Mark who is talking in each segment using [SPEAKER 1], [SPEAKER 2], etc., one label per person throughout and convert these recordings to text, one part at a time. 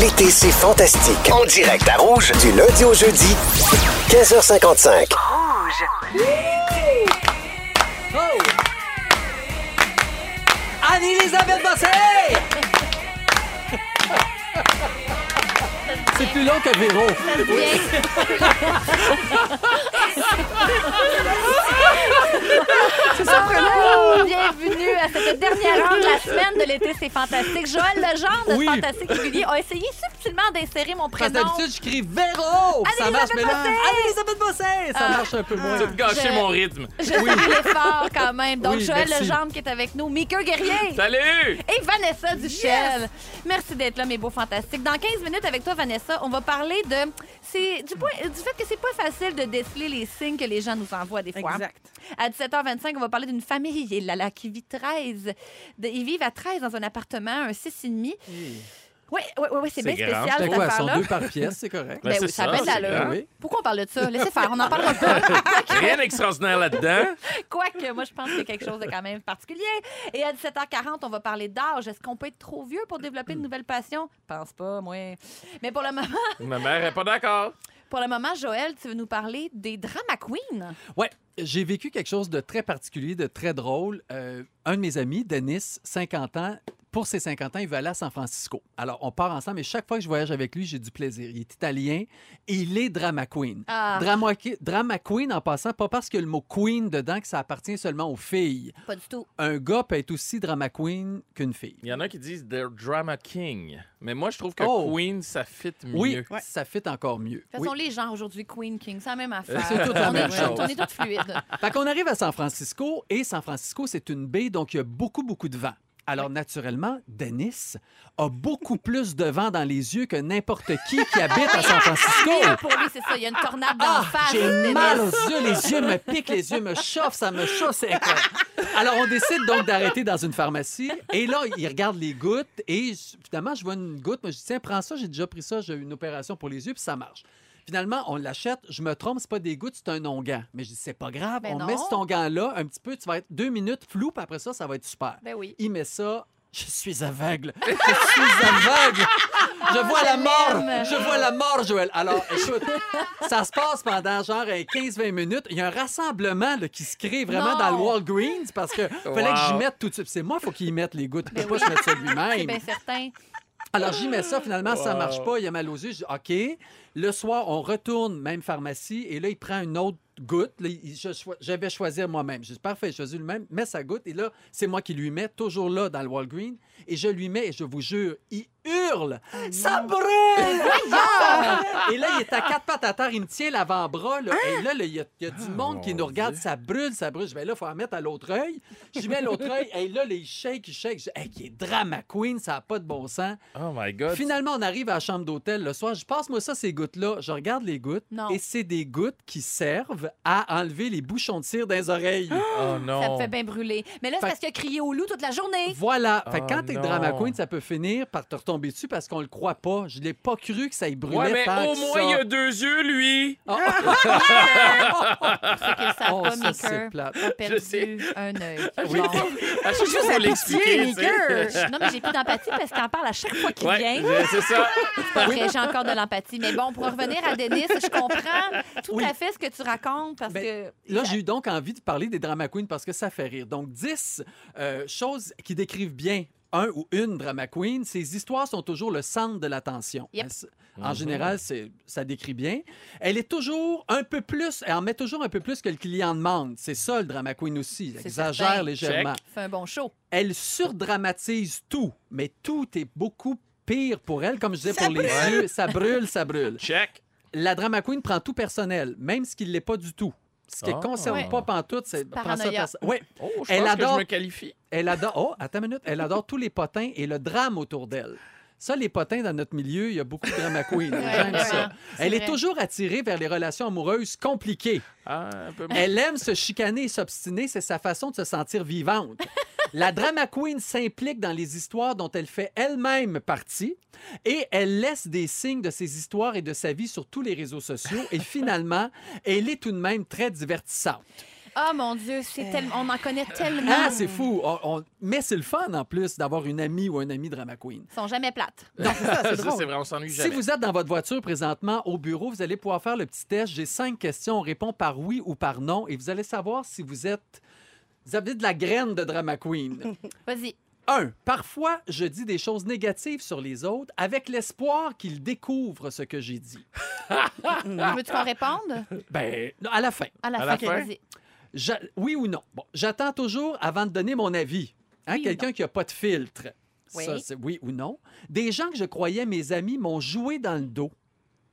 [SPEAKER 1] L'été, c'est fantastique. En direct à Rouge, du lundi au jeudi, 15h55.
[SPEAKER 2] Oh. Anne-Elisabeth Bossé! C'est plus long que Véro.
[SPEAKER 3] Hello, bienvenue à cette dernière heure de la semaine de l'été, c'est fantastique. Joël Legendre, de
[SPEAKER 2] Oui.
[SPEAKER 3] Fantastique Régulier, a essayé subtilement d'insérer mon
[SPEAKER 2] Parce que
[SPEAKER 3] prénom.
[SPEAKER 2] d'habitude, je crie Véro! Ça marche, mais là,
[SPEAKER 3] Bossé!
[SPEAKER 2] Anne-Elisabeth Bossé! Ça marche un peu moins.
[SPEAKER 4] Gâcher
[SPEAKER 3] Je-
[SPEAKER 4] mon rythme.
[SPEAKER 3] Je suis l'effort quand même. Donc,
[SPEAKER 2] Oui,
[SPEAKER 3] Joël
[SPEAKER 2] merci.
[SPEAKER 3] Legendre qui est avec nous, Mika Guerrier
[SPEAKER 4] Salut!
[SPEAKER 3] et Vanessa Duchel. Merci d'être là, mes beaux fantastiques. Dans 15 minutes avec toi, Vanessa, on va parler de c'est du, point, du fait que c'est pas facile de déceler les signes que les gens nous envoient des fois.
[SPEAKER 5] Exact.
[SPEAKER 3] À 17h25, on va parler d'une famille, il là, là, qui vit 13. De- ils vivent à 13 dans un appartement, un 6,5. Oui, oui, oui, c'est bien
[SPEAKER 4] C'est grand.
[SPEAKER 3] spécial,
[SPEAKER 2] C'est quoi,
[SPEAKER 3] cette
[SPEAKER 2] elles sont
[SPEAKER 3] affaire-là.
[SPEAKER 2] deux par pièce, c'est correct.
[SPEAKER 4] Ben,
[SPEAKER 3] Ben
[SPEAKER 4] c'est
[SPEAKER 3] oui, ça
[SPEAKER 4] ça,
[SPEAKER 3] peut être
[SPEAKER 4] c'est
[SPEAKER 3] l'allure.
[SPEAKER 4] grand.
[SPEAKER 2] Oui.
[SPEAKER 3] Pourquoi on parle de ça? Laissez faire, on n'en parlera pas.
[SPEAKER 4] Rien d'extraordinaire là-dedans.
[SPEAKER 3] Quoique, moi, je pense que c'est quelque chose de quand même particulier. Et à 17h40, on va parler d'âge. Est-ce qu'on peut être trop vieux pour développer une nouvelle passion? Pense pas, moi. Mais pour le moment,
[SPEAKER 4] Ma mère est pas d'accord.
[SPEAKER 3] pour le moment Joël, tu veux nous parler des drama queens?
[SPEAKER 2] Ouais, j'ai vécu quelque chose de très particulier, de très drôle. Euh, un de mes amis, Denis, 50 ans, pour ses 50 ans, il veut aller à San Francisco. Alors, on part ensemble et chaque fois que je voyage avec lui, j'ai du plaisir. Il est italien et il est drama queen.
[SPEAKER 3] Ah.
[SPEAKER 2] Drama, drama queen en passant, pas parce que le mot queen dedans que ça appartient seulement aux filles.
[SPEAKER 3] Pas du tout.
[SPEAKER 2] Un gars peut être aussi drama queen qu'une fille.
[SPEAKER 4] Il y en a qui disent they're drama king. Mais moi, je trouve que
[SPEAKER 2] Oh.
[SPEAKER 4] queen, ça fit mieux.
[SPEAKER 2] Oui,
[SPEAKER 5] Ouais.
[SPEAKER 2] ça fit encore mieux.
[SPEAKER 3] De toute
[SPEAKER 2] Oui.
[SPEAKER 3] façon, les gens aujourd'hui, Queen, King, c'est la même affaire.
[SPEAKER 2] C'est tout la
[SPEAKER 3] on,
[SPEAKER 2] même
[SPEAKER 3] est,
[SPEAKER 2] chose.
[SPEAKER 3] on est tous fluides.
[SPEAKER 2] Fait qu'on arrive à San Francisco et San Francisco, c'est une baie, donc il y a beaucoup, beaucoup de vent. Alors, naturellement, Dennis a beaucoup plus de vent dans les yeux que n'importe qui qui habite à San Francisco.
[SPEAKER 3] Pour lui, c'est ça. Il y a une tornade d'en
[SPEAKER 2] Ah,
[SPEAKER 3] face.
[SPEAKER 2] j'ai mal aux yeux, les yeux me piquent, les yeux me chauffent, ça me chauffe. c'est incroyable. Alors, on décide donc d'arrêter dans une pharmacie. Et là, il regarde les gouttes. Et je- finalement, je vois une goutte. Moi, je dis, tiens, prends ça. J'ai déjà pris ça. J'ai eu une opération pour les yeux, puis ça marche. Finalement, on l'achète. Je me trompe, c'est pas des gouttes, c'est un onguent. Mais je dis, c'est pas grave.
[SPEAKER 3] Ben
[SPEAKER 2] on
[SPEAKER 3] non.
[SPEAKER 2] met cet onguent-là un petit peu. Tu vas être deux minutes flou, puis après ça, ça va être super.
[SPEAKER 3] Ben oui.
[SPEAKER 2] Il met ça. Je suis aveugle. Je suis aveugle. Je vois la mort.
[SPEAKER 3] l'aime.
[SPEAKER 2] Je vois la mort, Joël. Alors, écoute, ça se passe pendant genre euh, 15-20 minutes. Il y a un rassemblement là, qui se crée vraiment
[SPEAKER 3] Non.
[SPEAKER 2] dans le Walgreens parce que fallait que
[SPEAKER 4] Wow.
[SPEAKER 2] j'y mette tout de suite. C'est moi, il faut qu'il y mette les gouttes. Il
[SPEAKER 3] Ben
[SPEAKER 2] peut pas se mettre ça lui-même.
[SPEAKER 3] C'est bien certain.
[SPEAKER 2] Alors, j'y mets ça. Finalement, ça marche pas. Il a mal aux yeux. Je dis, OK. Le soir, on retourne, même pharmacie, et là, il prend une autre goutte. Là, il- je cho- J'avais choisi moi-même. Je dis, parfait, je choisis le même, met sa goutte, et là, c'est moi qui lui mets, toujours là, dans le Walgreen. Et je lui mets, et je vous jure, il hurle. Ça brûle! et là, il est à quatre pattes à terre, il me tient l'avant-bras, là, et là, là, il y a, il y a du monde qui nous regarde, ça brûle, ça brûle. Je vais là, il faut en mettre à l'autre œil. Je mets à l'autre œil, et là, les il shake, il shake. Je dis, hey, qui est drama queen, ça n'a pas de bon sens.
[SPEAKER 4] Oh my God.
[SPEAKER 2] Finalement, on arrive à la chambre d'hôtel le soir. Je passe, moi, ça, ces gouttes-là. Je regarde les gouttes.
[SPEAKER 3] Non.
[SPEAKER 2] Et c'est des gouttes qui servent à enlever les bouchons de cire des oreilles.
[SPEAKER 4] Oh
[SPEAKER 3] Ça me
[SPEAKER 4] non.
[SPEAKER 3] fait bien brûler. Mais là, c'est
[SPEAKER 2] Fait-
[SPEAKER 3] parce qu'il a crié au loup toute la journée.
[SPEAKER 2] Voilà. Fait que
[SPEAKER 4] Oh
[SPEAKER 2] quand t'es
[SPEAKER 4] non.
[SPEAKER 2] drama queen, ça peut finir par te retomber dessus parce qu'on le croit pas. Je l'ai pas cru que ça y brûlait
[SPEAKER 4] Ouais, mais
[SPEAKER 2] tant
[SPEAKER 4] au
[SPEAKER 2] que
[SPEAKER 4] moins,
[SPEAKER 2] ça.
[SPEAKER 4] il y a deux yeux, lui.
[SPEAKER 3] Pour ceux qui le savent
[SPEAKER 2] Oh,
[SPEAKER 3] pas,
[SPEAKER 2] ça, c'est
[SPEAKER 3] Maker
[SPEAKER 2] plate.
[SPEAKER 3] a perdu
[SPEAKER 4] Je sais.
[SPEAKER 3] un œil.
[SPEAKER 2] Oui.
[SPEAKER 3] Bon.
[SPEAKER 4] À chaque fois, faut l'expliquer. tu sais.
[SPEAKER 3] Non, mais j'ai plus d'empathie parce que t'en parles à chaque fois qu'il vient.
[SPEAKER 4] Ouais, c'est ça.
[SPEAKER 3] C'est pas vrai, j'ai encore de l'empathie. Mais bon, pour en revenir à Denis, je comprends tout
[SPEAKER 2] Oui.
[SPEAKER 3] à fait ce que tu racontes parce
[SPEAKER 2] Ben,
[SPEAKER 3] que.
[SPEAKER 2] Là, j'ai eu donc envie de parler des drama queens parce que ça fait rire. Donc, 10 euh, choses qui décrivent bien un ou une drama queen. Ces histoires sont toujours le centre de l'attention.
[SPEAKER 3] Yep.
[SPEAKER 2] Elles s- En général, c'est- ça décrit bien. Elle est toujours un peu plus, elle en met toujours un peu plus que le client demande. C'est ça, le drama queen aussi. Elle
[SPEAKER 3] C'est
[SPEAKER 2] exagère
[SPEAKER 3] certain.
[SPEAKER 2] légèrement.
[SPEAKER 3] Fait un bon show.
[SPEAKER 2] Elle surdramatise tout, mais tout est beaucoup pire pour elle. Comme je disais,
[SPEAKER 5] Ça
[SPEAKER 2] pour les yeux, ça brûle, ça brûle
[SPEAKER 4] Check.
[SPEAKER 2] la drama queen prend tout personnel, même ce qui ne l'est pas du tout. Ce qu'elle ne
[SPEAKER 4] Ah.
[SPEAKER 2] concerne
[SPEAKER 3] Ouais.
[SPEAKER 2] pas pantoute, c'est prend ça
[SPEAKER 3] paranoïa.
[SPEAKER 2] perso- Oui,
[SPEAKER 4] Oh, je pense
[SPEAKER 2] Elle
[SPEAKER 4] que
[SPEAKER 2] adore-
[SPEAKER 4] je me qualifie.
[SPEAKER 2] elle adore. Oh, attends une minute. Elle adore tous les potins et le drame autour d'elle. Ça, les potins dans notre milieu, il y a beaucoup de drama queen. Les
[SPEAKER 3] Ouais,
[SPEAKER 2] gens aiment
[SPEAKER 3] vraiment.
[SPEAKER 2] ça.
[SPEAKER 3] C'est
[SPEAKER 2] Elle est
[SPEAKER 3] vrai.
[SPEAKER 2] toujours attirée vers les relations amoureuses compliquées.
[SPEAKER 4] Ah, un peu moins.
[SPEAKER 2] Elle aime se chicaner et s'obstiner, c'est sa façon de se sentir vivante. La drama queen s'implique dans les histoires dont elle fait elle-même partie et elle laisse des signes de ses histoires et de sa vie sur tous les réseaux sociaux. Et finalement, elle est tout de même très divertissante.
[SPEAKER 3] Ah, mon Dieu, c'est tellement- on en connaît tellement.
[SPEAKER 2] Euh. Ah, c'est fou. On- on- Mais c'est le fun en plus d'avoir une amie ou un ami drama queen.
[SPEAKER 3] Ils sont jamais plates.
[SPEAKER 2] Donc, c'est ça, c'est
[SPEAKER 4] Ça,
[SPEAKER 2] drôle.
[SPEAKER 4] c'est vrai, on s'ennuie
[SPEAKER 2] Si
[SPEAKER 4] jamais.
[SPEAKER 2] vous êtes dans votre voiture présentement au bureau, vous allez pouvoir faire le petit test. J'ai cinq questions. On répond par oui ou par non. Et vous allez savoir si vous êtes. Vous avez de la graine de drama queen.
[SPEAKER 3] Vas-y.
[SPEAKER 2] Un, parfois, je dis des choses négatives sur les autres avec l'espoir qu'ils découvrent ce que j'ai dit.
[SPEAKER 3] Veux-tu qu'on réponde?
[SPEAKER 2] Ben, Ah! à la fin.
[SPEAKER 3] À la
[SPEAKER 4] À
[SPEAKER 3] fin,
[SPEAKER 4] la fin?
[SPEAKER 3] vas-y.
[SPEAKER 2] J'a- Oui ou non? Bon, j'attends toujours avant de donner mon avis. Hein,
[SPEAKER 3] Oui ou
[SPEAKER 2] Quelqu'un qui n'a pas de filtre.
[SPEAKER 3] Oui.
[SPEAKER 2] Ça, c'est oui ou non. Des gens que je croyais mes amis m'ont joué dans le dos.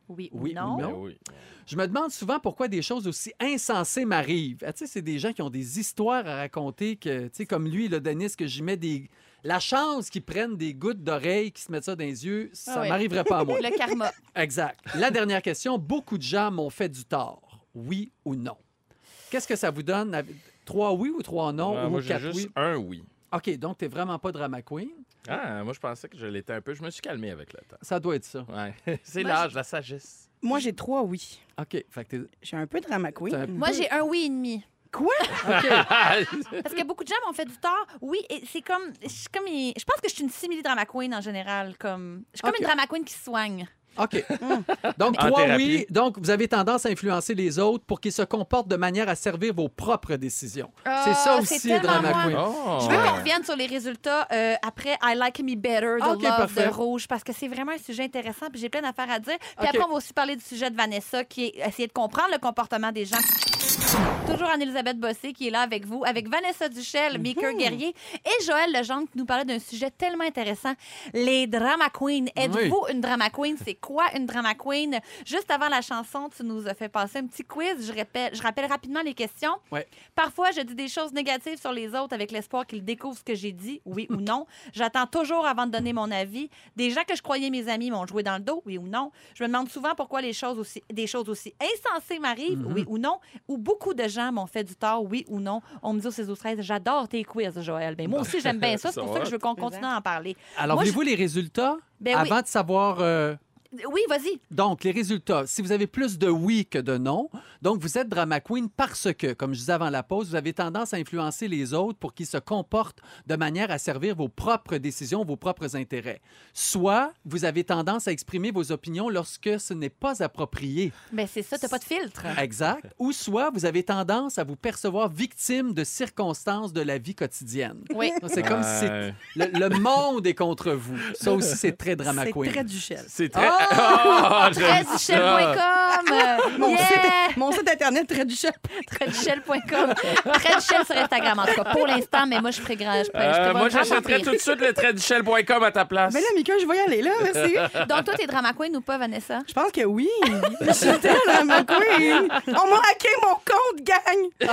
[SPEAKER 3] Oui,
[SPEAKER 2] Oui
[SPEAKER 3] ou
[SPEAKER 2] ou
[SPEAKER 3] non?
[SPEAKER 2] non?
[SPEAKER 4] Ben oui.
[SPEAKER 2] Je me demande souvent pourquoi des choses aussi insensées m'arrivent. Ah, tu sais, c'est des gens qui ont des histoires à raconter, que, tu sais, comme lui, le Denis, que j'y mets des... La chance qu'ils prennent des gouttes d'oreilles, qu'ils se mettent ça dans les yeux, ça
[SPEAKER 3] Ah oui.
[SPEAKER 2] m'arriverait pas à moi.
[SPEAKER 3] Le karma.
[SPEAKER 2] Exact. La dernière question, beaucoup de gens m'ont fait du tort. Oui ou non? Qu'est-ce que ça vous donne? avec- Trois oui ou trois non?
[SPEAKER 4] Ah,
[SPEAKER 2] ou
[SPEAKER 4] moi, j'ai
[SPEAKER 2] quatre
[SPEAKER 4] juste
[SPEAKER 2] oui?
[SPEAKER 4] un oui.
[SPEAKER 2] OK, donc t'es vraiment pas drama queen.
[SPEAKER 4] Ah, moi, je pensais que je l'étais un peu. Je me suis calmé avec le temps.
[SPEAKER 2] Ça doit être ça.
[SPEAKER 4] Ouais. c'est
[SPEAKER 3] Moi,
[SPEAKER 4] l'âge, la sagesse.
[SPEAKER 5] Moi, j'ai trois oui.
[SPEAKER 2] OK, fait que t'es-
[SPEAKER 5] Je suis un peu drama queen.
[SPEAKER 2] T'as un-
[SPEAKER 3] Moi, j'ai un oui et demi.
[SPEAKER 5] Quoi?
[SPEAKER 2] OK.
[SPEAKER 3] Parce que beaucoup de gens m'ont fait du tort. Oui, et c'est comme. Je, suis comme une- je pense que je suis une simili drama queen en général. Comme, je suis comme
[SPEAKER 2] Ok.
[SPEAKER 3] une drama queen qui se soigne.
[SPEAKER 2] OK. Hmm. donc,
[SPEAKER 4] En
[SPEAKER 2] trois
[SPEAKER 4] thérapie.
[SPEAKER 2] oui. Donc, vous avez tendance à influencer les autres pour qu'ils se comportent de manière à servir vos propres décisions. c'est ça
[SPEAKER 3] Ah, c'est
[SPEAKER 2] aussi, le
[SPEAKER 3] tellement
[SPEAKER 2] drama
[SPEAKER 3] moi.
[SPEAKER 2] queen.
[SPEAKER 4] Oh!
[SPEAKER 3] Je veux qu'on revienne sur les résultats euh, après I Like Me Better de
[SPEAKER 2] Ah, ok,
[SPEAKER 3] Love
[SPEAKER 2] parfait.
[SPEAKER 3] de Rouge parce que c'est vraiment un sujet intéressant puis j'ai plein d'affaires à dire. Puis
[SPEAKER 2] Ok.
[SPEAKER 3] après, on va aussi parler du sujet de Vanessa qui est essayer de comprendre le comportement des gens. Toujours Anne-Elisabeth Bossé qui est là avec vous, avec Vanessa Duchel, Mika Guerrier et Joël Legendre qui nous parlait d'un sujet tellement intéressant, les drama queens. Êtes-vous une drama queen? C'est quoi une drama queen? Juste avant la chanson, tu nous as fait passer un petit quiz. Je, répète, je rappelle rapidement les questions.
[SPEAKER 2] Ouais.
[SPEAKER 3] Parfois, je dis des choses négatives sur les autres avec l'espoir qu'ils découvrent ce que j'ai dit, oui ou non. J'attends toujours avant de donner mon avis. Des gens que je croyais mes amis m'ont joué dans le dos, oui ou non. Je me demande souvent pourquoi les choses aussi, des choses aussi insensées m'arrivent, oui ou non. Ou beaucoup de gens m'ont fait du tort, oui ou non. On me dit au 16 13 j'adore tes quiz, Joël. Mais moi aussi, j'aime bien ça. C'est pour ça que je veux qu'on continue à en parler.
[SPEAKER 2] Alors,
[SPEAKER 3] Moi,
[SPEAKER 2] voulez-vous les résultats
[SPEAKER 3] Ben oui.
[SPEAKER 2] avant de savoir... euh,
[SPEAKER 3] Oui, vas-y.
[SPEAKER 2] Donc, les résultats, si vous avez plus de oui que de non, donc vous êtes drama queen parce que, comme je disais avant la pause, vous avez tendance à influencer les autres pour qu'ils se comportent de manière à servir vos propres décisions, vos propres intérêts. Soit vous avez tendance à exprimer vos opinions lorsque ce n'est pas approprié.
[SPEAKER 3] Mais c'est ça, t'as pas de filtre.
[SPEAKER 2] Exact. Ou soit vous avez tendance à vous percevoir victime de circonstances de la vie quotidienne.
[SPEAKER 3] Oui.
[SPEAKER 2] C'est comme si c'est-
[SPEAKER 4] Ouais.
[SPEAKER 2] le, Ah, le monde est contre vous. Ça aussi, c'est très drama
[SPEAKER 5] C'est
[SPEAKER 2] queen.
[SPEAKER 5] très Duchel.
[SPEAKER 4] C'est très. Oh, j'aime ça.
[SPEAKER 3] Trèsduchel.com.
[SPEAKER 5] Mon,
[SPEAKER 3] Yeah!
[SPEAKER 5] site, mon site internet, très Duchel.
[SPEAKER 3] Redshell.com. Redshell sur Instagram, en tout cas, pour l'instant, mais moi, je ferais grand. Je, ferais- je
[SPEAKER 4] Euh,
[SPEAKER 3] prévois
[SPEAKER 4] moi,
[SPEAKER 3] une grande
[SPEAKER 4] j'achèterais
[SPEAKER 3] empire.
[SPEAKER 4] tout de suite le traitduchel.com à ta place.
[SPEAKER 5] Mais Ah, ben là, Mika, je vais y aller, là, merci.
[SPEAKER 3] Donc, toi, t'es drama queen ou pas, Vanessa?
[SPEAKER 5] Je pense que oui. Je suis tellement queen. On m'a hacké mon compte, gang.
[SPEAKER 2] Ah.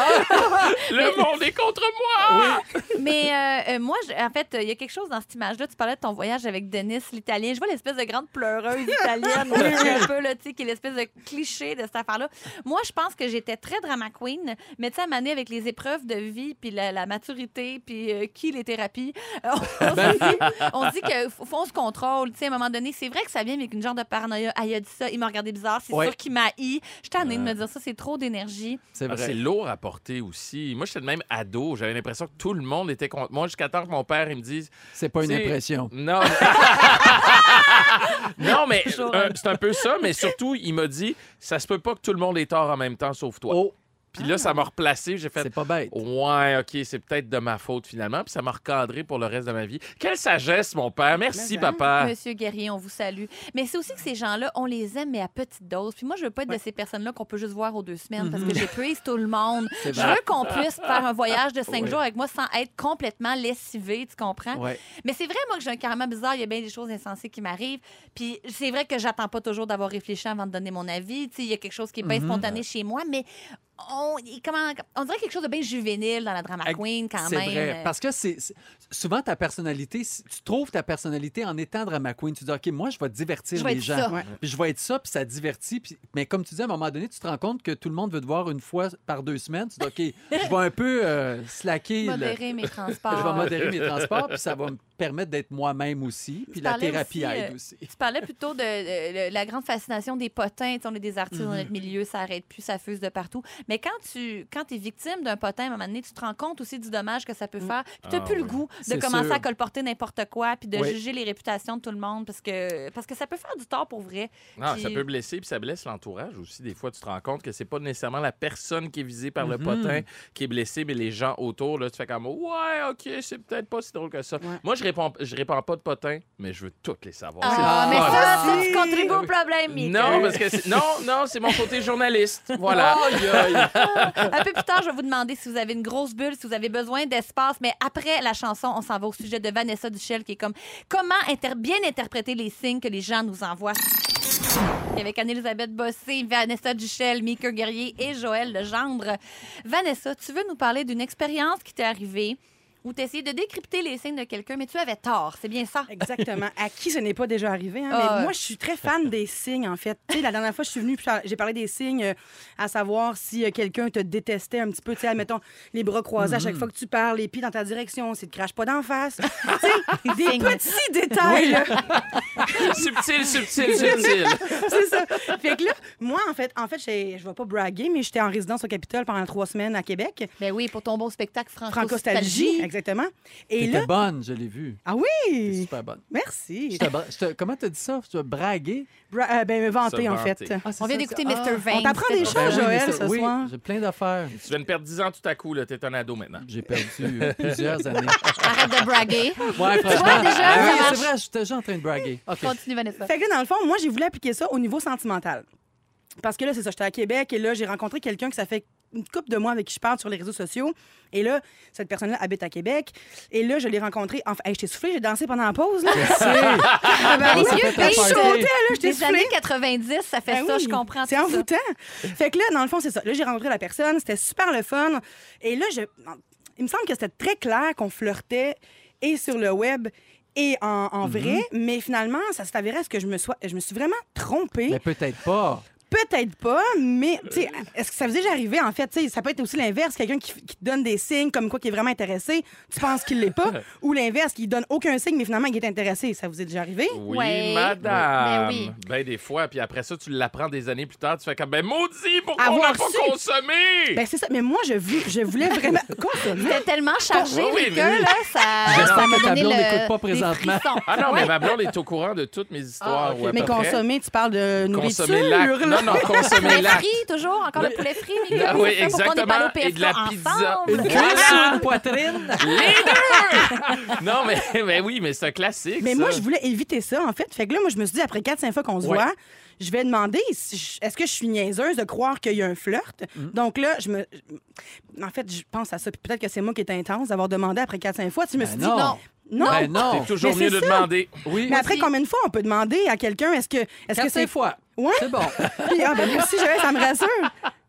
[SPEAKER 4] le monde est contre moi!
[SPEAKER 3] Mais euh, euh, moi, je- en fait, euh, il y a quelque chose dans cette image-là. Tu parlais de ton voyage avec Denis, l'Italien. Je vois l'espèce de grande pleureuse italienne, un peu, là, tu sais, qui est l'espèce de cliché de cette affaire-là. Moi, je pense que j'étais très drama queen, mais tu sais, à un moment donné, avec les épreuves de vie, puis la, la maturité, puis euh, qui les thérapies, euh, on, se dit, on dit que f- faut on se contrôle. Tu sais, à un moment donné, c'est vrai que ça vient avec une genre de paranoïa. Ah, il a dit ça, il m'a regardé bizarre, c'est
[SPEAKER 2] Ouais.
[SPEAKER 3] sûr qu'il m'a haï. Je suis tannée de me dire ça, c'est trop d'énergie.
[SPEAKER 2] C'est
[SPEAKER 4] Ah,
[SPEAKER 2] vrai.
[SPEAKER 4] c'est lourd à porter aussi. Moi, j'étais le même ado. J'avais l'impression que tout le monde était contre moi jusqu'à temps que mon père il me dise
[SPEAKER 2] C'est pas une
[SPEAKER 4] C'est-
[SPEAKER 2] impression.
[SPEAKER 4] Non. non, mais euh, c'est un peu ça, mais surtout, il m'a dit ça se peut pas que tout le monde ait tort en même temps sauf toi.
[SPEAKER 2] Oh,
[SPEAKER 4] Puis là, ça m'a replacé. J'ai
[SPEAKER 2] c'est
[SPEAKER 4] fait
[SPEAKER 2] pas bête.
[SPEAKER 4] Ouais, OK, c'est peut-être de ma faute finalement. Puis ça m'a recadré pour le reste de ma vie. Quelle sagesse, mon père. Merci,
[SPEAKER 5] Mais,
[SPEAKER 2] Ah.
[SPEAKER 4] papa.
[SPEAKER 3] Monsieur Guerrier, on vous salue. Mais c'est aussi que ces gens-là, on les aime, mais à petite dose. Puis moi, je veux pas être de ces personnes-là qu'on peut juste voir aux deux semaines parce que j'épuise tout le monde.
[SPEAKER 2] Mhm. C'est
[SPEAKER 3] Je
[SPEAKER 2] vrai.
[SPEAKER 3] veux qu'on puisse faire un voyage de cinq jours avec moi sans être complètement lessivé, tu comprends?
[SPEAKER 2] Ouais.
[SPEAKER 3] Mais c'est vrai, moi, que j'ai un karma bizarre. Il y a bien des choses insensées qui m'arrivent. Puis c'est vrai que j'attends pas toujours d'avoir réfléchi avant de donner mon avis. Tu sais, il y a quelque chose qui est
[SPEAKER 2] Mhm.
[SPEAKER 3] bien spontané chez moi, mais on, il- comment, on dirait quelque chose de bien juvénile dans la drama
[SPEAKER 2] Ex-
[SPEAKER 3] queen quand
[SPEAKER 2] C'est
[SPEAKER 3] même.
[SPEAKER 2] vrai, parce que c'est c'est- souvent ta personnalité, si- tu trouves ta personnalité en étant drama queen. Tu dis, OK, moi, je vais divertir
[SPEAKER 3] Je vais
[SPEAKER 2] les
[SPEAKER 3] être
[SPEAKER 2] gens.
[SPEAKER 3] ça.
[SPEAKER 5] Ouais.
[SPEAKER 2] Puis je vais être ça, puis ça divertit. Puis... Mais comme tu dis, à un moment donné, tu te rends compte que tout le monde veut te voir une fois par deux semaines. Tu dis, OK, je vais un peu euh, slacker. le-
[SPEAKER 3] Modérer mes transports.
[SPEAKER 2] Je vais modérer mes transports, puis ça va me permettre d'être moi-même aussi. Puis
[SPEAKER 3] Tu
[SPEAKER 2] la
[SPEAKER 3] parlais
[SPEAKER 2] thérapie
[SPEAKER 3] aussi,
[SPEAKER 2] aide
[SPEAKER 3] euh,
[SPEAKER 2] aussi.
[SPEAKER 3] Tu parlais plutôt de euh, le- la grande fascination des potins. Tu sais, on est des artistes dans notre milieu, ça arrête plus, ça fuse de partout. Mais quand tu quand es victime d'un potin, à un moment donné, tu te rends compte aussi du dommage que ça peut faire. Puis tu
[SPEAKER 4] Ah
[SPEAKER 3] plus le
[SPEAKER 4] oui.
[SPEAKER 3] goût de
[SPEAKER 2] C'est
[SPEAKER 3] commencer
[SPEAKER 2] sûr.
[SPEAKER 3] à colporter n'importe quoi, puis de
[SPEAKER 2] Oui.
[SPEAKER 3] juger les réputations de tout le monde, parce que, parce que ça peut faire du tort pour vrai.
[SPEAKER 4] Non,
[SPEAKER 3] Puis-
[SPEAKER 4] Ah, ça peut blesser, puis ça blesse l'entourage aussi. Des fois, tu te rends compte que c'est pas nécessairement la personne qui est visée par le
[SPEAKER 2] Mhm.
[SPEAKER 4] potin qui est blessée, mais les gens autour, là, tu fais comme Ouais, OK, c'est peut-être pas si drôle que ça.
[SPEAKER 5] Ouais.
[SPEAKER 4] Moi, je réponds, je réponds pas de potin, mais je veux toutes les savoir.
[SPEAKER 3] Ah,
[SPEAKER 2] le
[SPEAKER 3] mais
[SPEAKER 4] fun.
[SPEAKER 3] ça, ça,
[SPEAKER 5] Si.
[SPEAKER 3] tu contribues au problème,
[SPEAKER 4] Non,
[SPEAKER 3] Michael.
[SPEAKER 4] parce que c'est- non, non, c'est mon côté journaliste. Voilà.
[SPEAKER 3] Un peu plus tard, je vais vous demander si vous avez une grosse bulle, si vous avez besoin d'espace. Mais après la chanson, on s'en va au sujet de Vanessa Duchel qui est comme comment inter- bien interpréter les signes que les gens nous envoient. Et Avec Anne-Elisabeth Bossé, Vanessa Duchel, Mika Guerrier et Joël Legendre. Vanessa, tu veux nous parler d'une expérience qui t'est arrivée où tu essayé de décrypter les signes de quelqu'un, mais tu avais tort. C'est bien ça?
[SPEAKER 5] Exactement. À qui ce n'est pas déjà arrivé, hein,
[SPEAKER 3] Ah,
[SPEAKER 5] mais
[SPEAKER 3] ouais.
[SPEAKER 5] moi, je suis très fan des signes, en fait. Tu sais, la dernière fois, je suis venue, puis j'ai parlé des signes, euh, à savoir si euh, quelqu'un te détestait un petit peu, tu sais, admettons, les bras croisés à
[SPEAKER 2] Mm-hmm.
[SPEAKER 5] chaque fois que tu parles, les pieds dans ta direction, s'il te crache pas d'en face. Tu sais, des
[SPEAKER 3] Signes.
[SPEAKER 5] petits détails, là.
[SPEAKER 4] subtil, subtil, subtil.
[SPEAKER 5] C'est ça. Fait que là, moi, en fait, en fait, j'ai- je vais pas braguer, mais j'étais en résidence au Capitole pendant trois semaines à Québec.
[SPEAKER 3] Ben oui, pour ton beau spectacle
[SPEAKER 5] Francostalgie.
[SPEAKER 3] Franco-Nostalgie.
[SPEAKER 5] Exactement. Et
[SPEAKER 2] T'étais
[SPEAKER 5] là.
[SPEAKER 2] bonne, je l'ai vu.
[SPEAKER 5] Ah
[SPEAKER 2] T'es
[SPEAKER 5] oui!
[SPEAKER 2] super bonne. Je
[SPEAKER 5] Merci.
[SPEAKER 2] te bra- je te- comment t'as dit ça? Tu as bragué?
[SPEAKER 5] Bra- euh, ben, me vanter,
[SPEAKER 4] Se
[SPEAKER 5] en fait.
[SPEAKER 4] vanter.
[SPEAKER 2] Ah, c'est
[SPEAKER 3] On vient
[SPEAKER 2] ça,
[SPEAKER 3] d'écouter
[SPEAKER 2] c'est- ah.
[SPEAKER 3] Mr. Vane.
[SPEAKER 5] On t'apprend des
[SPEAKER 3] C'était
[SPEAKER 5] choses.
[SPEAKER 2] Ben oui,
[SPEAKER 5] Joël,
[SPEAKER 2] mais
[SPEAKER 5] ce
[SPEAKER 2] ça- oui,
[SPEAKER 5] soir.
[SPEAKER 2] j'ai plein d'affaires.
[SPEAKER 4] Tu viens de perdre 10 ans tout à coup, là. T'es un ado maintenant.
[SPEAKER 2] J'ai perdu euh, plusieurs années.
[SPEAKER 3] Arrête de braguer.
[SPEAKER 2] Ouais, franchement.
[SPEAKER 3] vois, déjà,
[SPEAKER 2] Ah oui,
[SPEAKER 3] ça marche. Ah.
[SPEAKER 2] c'est vrai, j'étais déjà en train de braguer. OK.
[SPEAKER 3] Continue, Vanessa.
[SPEAKER 5] Fait que là, dans le fond, moi, j'ai voulu appliquer ça au niveau sentimental. Parce que là, c'est ça, j'étais à Québec et là, j'ai rencontré quelqu'un que ça fait une couple de mois avec qui je parle sur les réseaux sociaux. Et là, cette personne-là habite à Québec. Et là, je l'ai rencontré. Enfin, hey, je t'ai soufflé, j'ai dansé pendant la pause. Là. Ah, ben,
[SPEAKER 3] Les
[SPEAKER 5] oui.
[SPEAKER 3] yeux
[SPEAKER 5] Ben, je
[SPEAKER 3] baissés.
[SPEAKER 5] sautais, là, je t'ai
[SPEAKER 3] Les
[SPEAKER 5] soufflé.
[SPEAKER 3] années 90, ça fait
[SPEAKER 5] Ben
[SPEAKER 3] ça,
[SPEAKER 5] oui,
[SPEAKER 3] je comprends.
[SPEAKER 5] C'est
[SPEAKER 3] tout
[SPEAKER 5] envoûtant. fait que là, dans le fond, c'est ça. Là, j'ai rencontré la personne, c'était super le fun. Et là, je... il me semble que c'était très clair qu'on flirtait et sur le web et en, en vrai, mais finalement, ça s'est avéré à ce que je me, sois... je me suis vraiment trompée.
[SPEAKER 2] Mais peut-être pas.
[SPEAKER 5] Peut-être pas, mais tu sais, est-ce que ça vous est déjà arrivé en fait? Tu sais, ça peut être aussi l'inverse, quelqu'un qui, qui te donne des signes comme quoi qui est vraiment intéressé, tu penses qu'il l'est pas, ou l'inverse, qui donne aucun signe mais finalement il est intéressé. Ça vous est déjà arrivé?
[SPEAKER 4] Oui,
[SPEAKER 3] Ouais. Ben
[SPEAKER 4] madame.
[SPEAKER 3] oui.
[SPEAKER 4] Ben, des fois, puis après ça, tu l'apprends des années plus tard, tu fais comme ben maudit, pourquoi on
[SPEAKER 5] Avoir
[SPEAKER 4] n'a pas
[SPEAKER 5] su.
[SPEAKER 4] consommé
[SPEAKER 5] Ben c'est ça, mais moi je, voulais- je voulais vraiment. Quoi ça?
[SPEAKER 3] C'était tellement chargé,
[SPEAKER 4] Oui, oui,
[SPEAKER 3] Rica,
[SPEAKER 4] mais oui.
[SPEAKER 3] là, ça.
[SPEAKER 2] J'espère
[SPEAKER 3] ça m'a
[SPEAKER 2] que ta
[SPEAKER 3] donné
[SPEAKER 2] blonde
[SPEAKER 3] le-
[SPEAKER 2] n'écoute pas
[SPEAKER 3] des
[SPEAKER 2] présentement.
[SPEAKER 3] frissons.
[SPEAKER 4] Ah non, mais ma blonde est au courant de toutes mes histoires.
[SPEAKER 2] Ah, ok.
[SPEAKER 4] ou à
[SPEAKER 5] Mais
[SPEAKER 4] peu près.
[SPEAKER 5] consommer, tu parles de nourriture.
[SPEAKER 4] Consommer lac.
[SPEAKER 5] là.
[SPEAKER 4] Non, non, consommer
[SPEAKER 3] Poulet
[SPEAKER 4] lac.
[SPEAKER 3] frit, toujours, encore le poulet frit, Rica.
[SPEAKER 4] Ah oui,
[SPEAKER 3] C'est ça, pourquoi on n'est pas allé au
[SPEAKER 4] exactement, et de la
[SPEAKER 3] PFK
[SPEAKER 4] pizza.
[SPEAKER 3] ensemble?
[SPEAKER 2] Une
[SPEAKER 4] Voilà.
[SPEAKER 2] cuisse sur une poitrine.
[SPEAKER 4] Non, mais, mais oui, mais c'est un classique.
[SPEAKER 5] Mais
[SPEAKER 4] ça.
[SPEAKER 5] moi, je voulais éviter ça, en fait. Fait que là, moi, je me suis dit, après 4-5 fois qu'on se
[SPEAKER 2] Ouais.
[SPEAKER 5] voit, je vais demander si je- est-ce que je suis niaiseuse de croire qu'il y a un flirt.
[SPEAKER 4] Mhm.
[SPEAKER 5] Donc là, je me. En fait, je pense à ça. Puis peut-être que c'est moi qui est intense d'avoir demandé après 4-5 fois. Tu me
[SPEAKER 2] Ben
[SPEAKER 5] suis
[SPEAKER 2] non.
[SPEAKER 5] dit, non. Non.
[SPEAKER 2] Ben non.
[SPEAKER 4] C'est toujours
[SPEAKER 5] Mais
[SPEAKER 4] mieux
[SPEAKER 5] c'est
[SPEAKER 4] de
[SPEAKER 5] ça.
[SPEAKER 4] demander.
[SPEAKER 2] Oui,
[SPEAKER 5] mais après, combien de fois on peut demander à quelqu'un est-ce que. Est-ce que
[SPEAKER 2] quatre,
[SPEAKER 5] c'est.
[SPEAKER 2] cinq fois.
[SPEAKER 5] Ouais.
[SPEAKER 2] C'est bon.
[SPEAKER 5] Puis, ah, ben, merci, Joël, ça me rassure.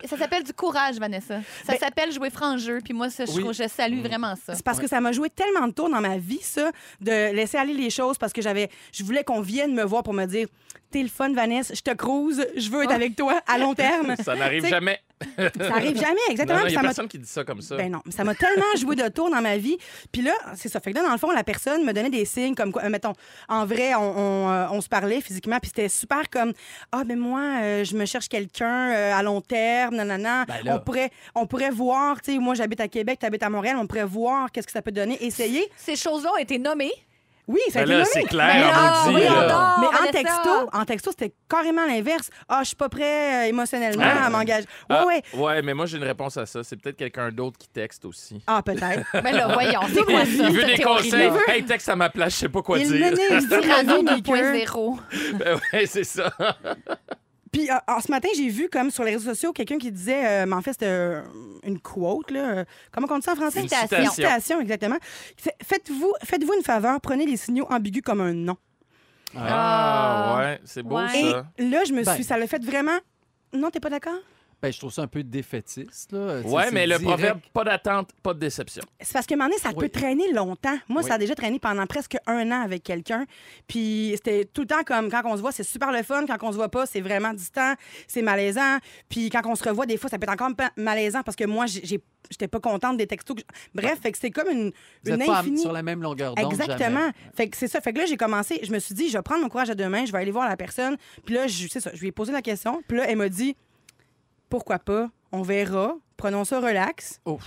[SPEAKER 3] Ça s'appelle du courage, Vanessa. Ça s'appelle jouer franc jeu, puis moi, ça, je,
[SPEAKER 2] Oui.
[SPEAKER 3] trouve- je salue vraiment ça.
[SPEAKER 5] C'est parce que ça m'a joué tellement de tours dans ma vie, ça, de laisser aller les choses parce que j'avais, je voulais qu'on vienne me voir pour me dire, t'es le fun, Vanessa, je te cruise, je veux être avec toi à long terme.
[SPEAKER 4] Ah. Ça n'arrive
[SPEAKER 5] Tu sais,
[SPEAKER 4] jamais.
[SPEAKER 5] Ça arrive jamais,
[SPEAKER 4] Non,
[SPEAKER 5] exactement.
[SPEAKER 4] non,
[SPEAKER 5] puis
[SPEAKER 4] il n'y
[SPEAKER 5] ça
[SPEAKER 4] a
[SPEAKER 5] m'a-
[SPEAKER 4] personne qui dit ça comme ça.
[SPEAKER 5] Ben non, mais ça m'a tellement joué de tour dans ma vie. Puis là, c'est ça. Fait que là, dans le fond, la personne me donnait des signes comme quoi, euh, mettons, en vrai, on, on, euh, on se parlait physiquement, puis c'était super comme Ah, ben moi, euh, je me cherche quelqu'un euh, à long terme, nanana.
[SPEAKER 2] Ben là.
[SPEAKER 5] on, pourrait, on pourrait voir, tu sais, moi, j'habite à Québec, t'habites à Montréal, on pourrait voir qu'est-ce que ça peut donner, essayer.
[SPEAKER 3] Ces choses-là ont été nommées.
[SPEAKER 5] Oui, ça a
[SPEAKER 4] Ben
[SPEAKER 5] été
[SPEAKER 4] là,
[SPEAKER 5] nommé.
[SPEAKER 4] c'est
[SPEAKER 3] Ben
[SPEAKER 4] clair,
[SPEAKER 3] là,
[SPEAKER 4] on dit. euh,
[SPEAKER 3] oui, on
[SPEAKER 4] là.
[SPEAKER 3] dort.
[SPEAKER 5] Mais
[SPEAKER 3] on
[SPEAKER 5] en
[SPEAKER 3] laisse
[SPEAKER 5] texto, en texto, c'était carrément l'inverse. Ah, je suis pas prêt euh, émotionnellement
[SPEAKER 4] Ah.
[SPEAKER 5] à m'engager. Ouais,
[SPEAKER 4] Ah,
[SPEAKER 5] ouais.
[SPEAKER 4] ouais, mais moi, j'ai une réponse à ça. C'est peut-être quelqu'un d'autre qui texte aussi.
[SPEAKER 5] Ah, peut-être.
[SPEAKER 3] Ben là, voyons, c'est quoi ça?
[SPEAKER 4] Il veut
[SPEAKER 3] cette
[SPEAKER 4] des conseils.
[SPEAKER 3] théorie-là?
[SPEAKER 4] Hey, texte à ma place, je sais pas quoi
[SPEAKER 5] Il
[SPEAKER 4] dire.
[SPEAKER 5] menait une
[SPEAKER 3] Tirano
[SPEAKER 5] tirade, Maker.
[SPEAKER 3] 2.0.
[SPEAKER 4] Ben ouais, c'est ça.
[SPEAKER 2] Ah,
[SPEAKER 5] Puis euh, en ce matin, j'ai vu comme sur les réseaux sociaux quelqu'un qui disait, euh, mais en fait, c'était euh, une quote, là. euh, comment on dit ça en français?
[SPEAKER 4] Une citation.
[SPEAKER 5] Une citation, exactement. C'est, Faites-vous, faites-vous une faveur, prenez les signaux ambigus comme un non.
[SPEAKER 4] Ah, ouais, c'est beau
[SPEAKER 3] Ouais.
[SPEAKER 5] Et
[SPEAKER 4] ça.
[SPEAKER 5] là, je me
[SPEAKER 2] Ben.
[SPEAKER 5] suis, ça l'a fait vraiment. Non, t'es pas d'accord?
[SPEAKER 2] Ben, je trouve ça un peu défaitiste. Là. Tu sais,
[SPEAKER 4] Ouais,
[SPEAKER 2] c'est
[SPEAKER 4] mais le
[SPEAKER 2] direct.
[SPEAKER 4] proverbe, pas d'attente, pas de déception.
[SPEAKER 5] C'est parce que un moment donné, ça
[SPEAKER 2] Oui.
[SPEAKER 5] peut traîner longtemps. Moi,
[SPEAKER 4] Oui.
[SPEAKER 5] ça a déjà traîné pendant presque un an avec quelqu'un. Puis c'était tout le temps comme quand on se voit, c'est super le fun. Quand on se voit pas, c'est vraiment distant, c'est malaisant. Puis quand on se revoit, des fois, ça peut être encore pa- malaisant parce que moi, j'ai- j'ai- j'étais pas contente des textos. que j- Bref, fait que c'est comme une,
[SPEAKER 2] Vous
[SPEAKER 5] une
[SPEAKER 2] êtes pas
[SPEAKER 5] infinie.
[SPEAKER 2] sur la même longueur d'onde.
[SPEAKER 5] Exactement.
[SPEAKER 2] jamais. Ben
[SPEAKER 5] Fait que c'est ça. Fait que là, j'ai commencé. Je me suis dit, je vais prendre mon courage à deux mains, je vais aller voir la personne. Puis là, je, c'est ça, je lui ai posé la question. Puis là, elle m'a dit, pourquoi pas? On verra. Prenons ça relax.
[SPEAKER 2] Ouf.